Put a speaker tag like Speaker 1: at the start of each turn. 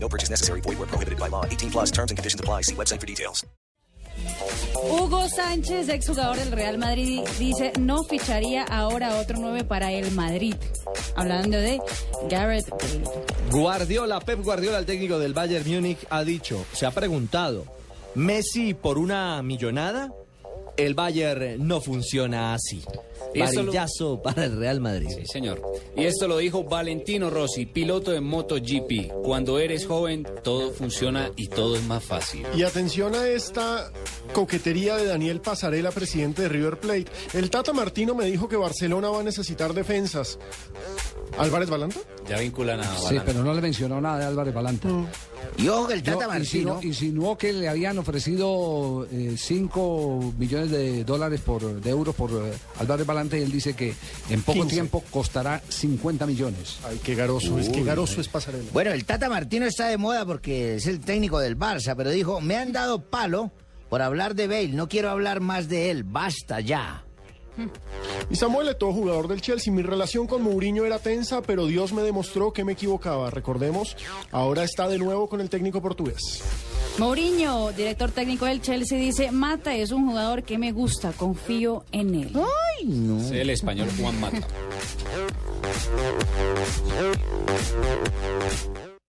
Speaker 1: No purchase necessary. Void where prohibited by law. 18 plus terms and conditions apply. See website for details.
Speaker 2: Hugo Sánchez, exjugador del Real Madrid, dice no ficharía ahora otro 9 para el Madrid. Hablando de Gareth Bale.
Speaker 3: Guardiola, Pep Guardiola, el técnico del Bayern Múnich, ha dicho, se ha preguntado, Messi por una millonada, el Bayern no funciona así.
Speaker 4: Y eso lo-
Speaker 3: Varillazo para el Real Madrid.
Speaker 4: Sí, señor. Y esto lo dijo Valentino Rossi, piloto de MotoGP. Cuando eres joven, todo funciona y todo es más fácil.
Speaker 5: Y atención a esta coquetería de Daniel Pasarela, presidente de River Plate. El Tata Martino me dijo que Barcelona va a necesitar defensas. ¿Álvarez Balanta?
Speaker 4: Ya vinculan a
Speaker 6: Sí,
Speaker 4: Balanta.
Speaker 6: pero no le mencionó nada de Álvarez Balanta.
Speaker 7: Y ojo que el Tata
Speaker 6: Yo
Speaker 7: Martino.
Speaker 6: insinuó, insinuó que le habían ofrecido 5 millones de dólares por de euros por eh, Álvarez Balanta y él dice que en poco
Speaker 5: 15.
Speaker 6: tiempo costará 50 millones.
Speaker 5: Ay, qué garoso es, qué garoso es Pasarela.
Speaker 7: Bueno, el Tata Martino está de moda porque es el técnico del Barça, pero dijo, me han dado palo por hablar de Bale, no quiero hablar más de él, basta ya.
Speaker 5: Y Samuel Eto'o, jugador del Chelsea. Mi relación con Mourinho era tensa, pero Dios me demostró que me equivocaba. Recordemos, ahora está de nuevo con el técnico portugués.
Speaker 2: Mourinho, director técnico del Chelsea, dice, Mata es un jugador que me gusta, confío en él.
Speaker 4: Es el español Juan Mata.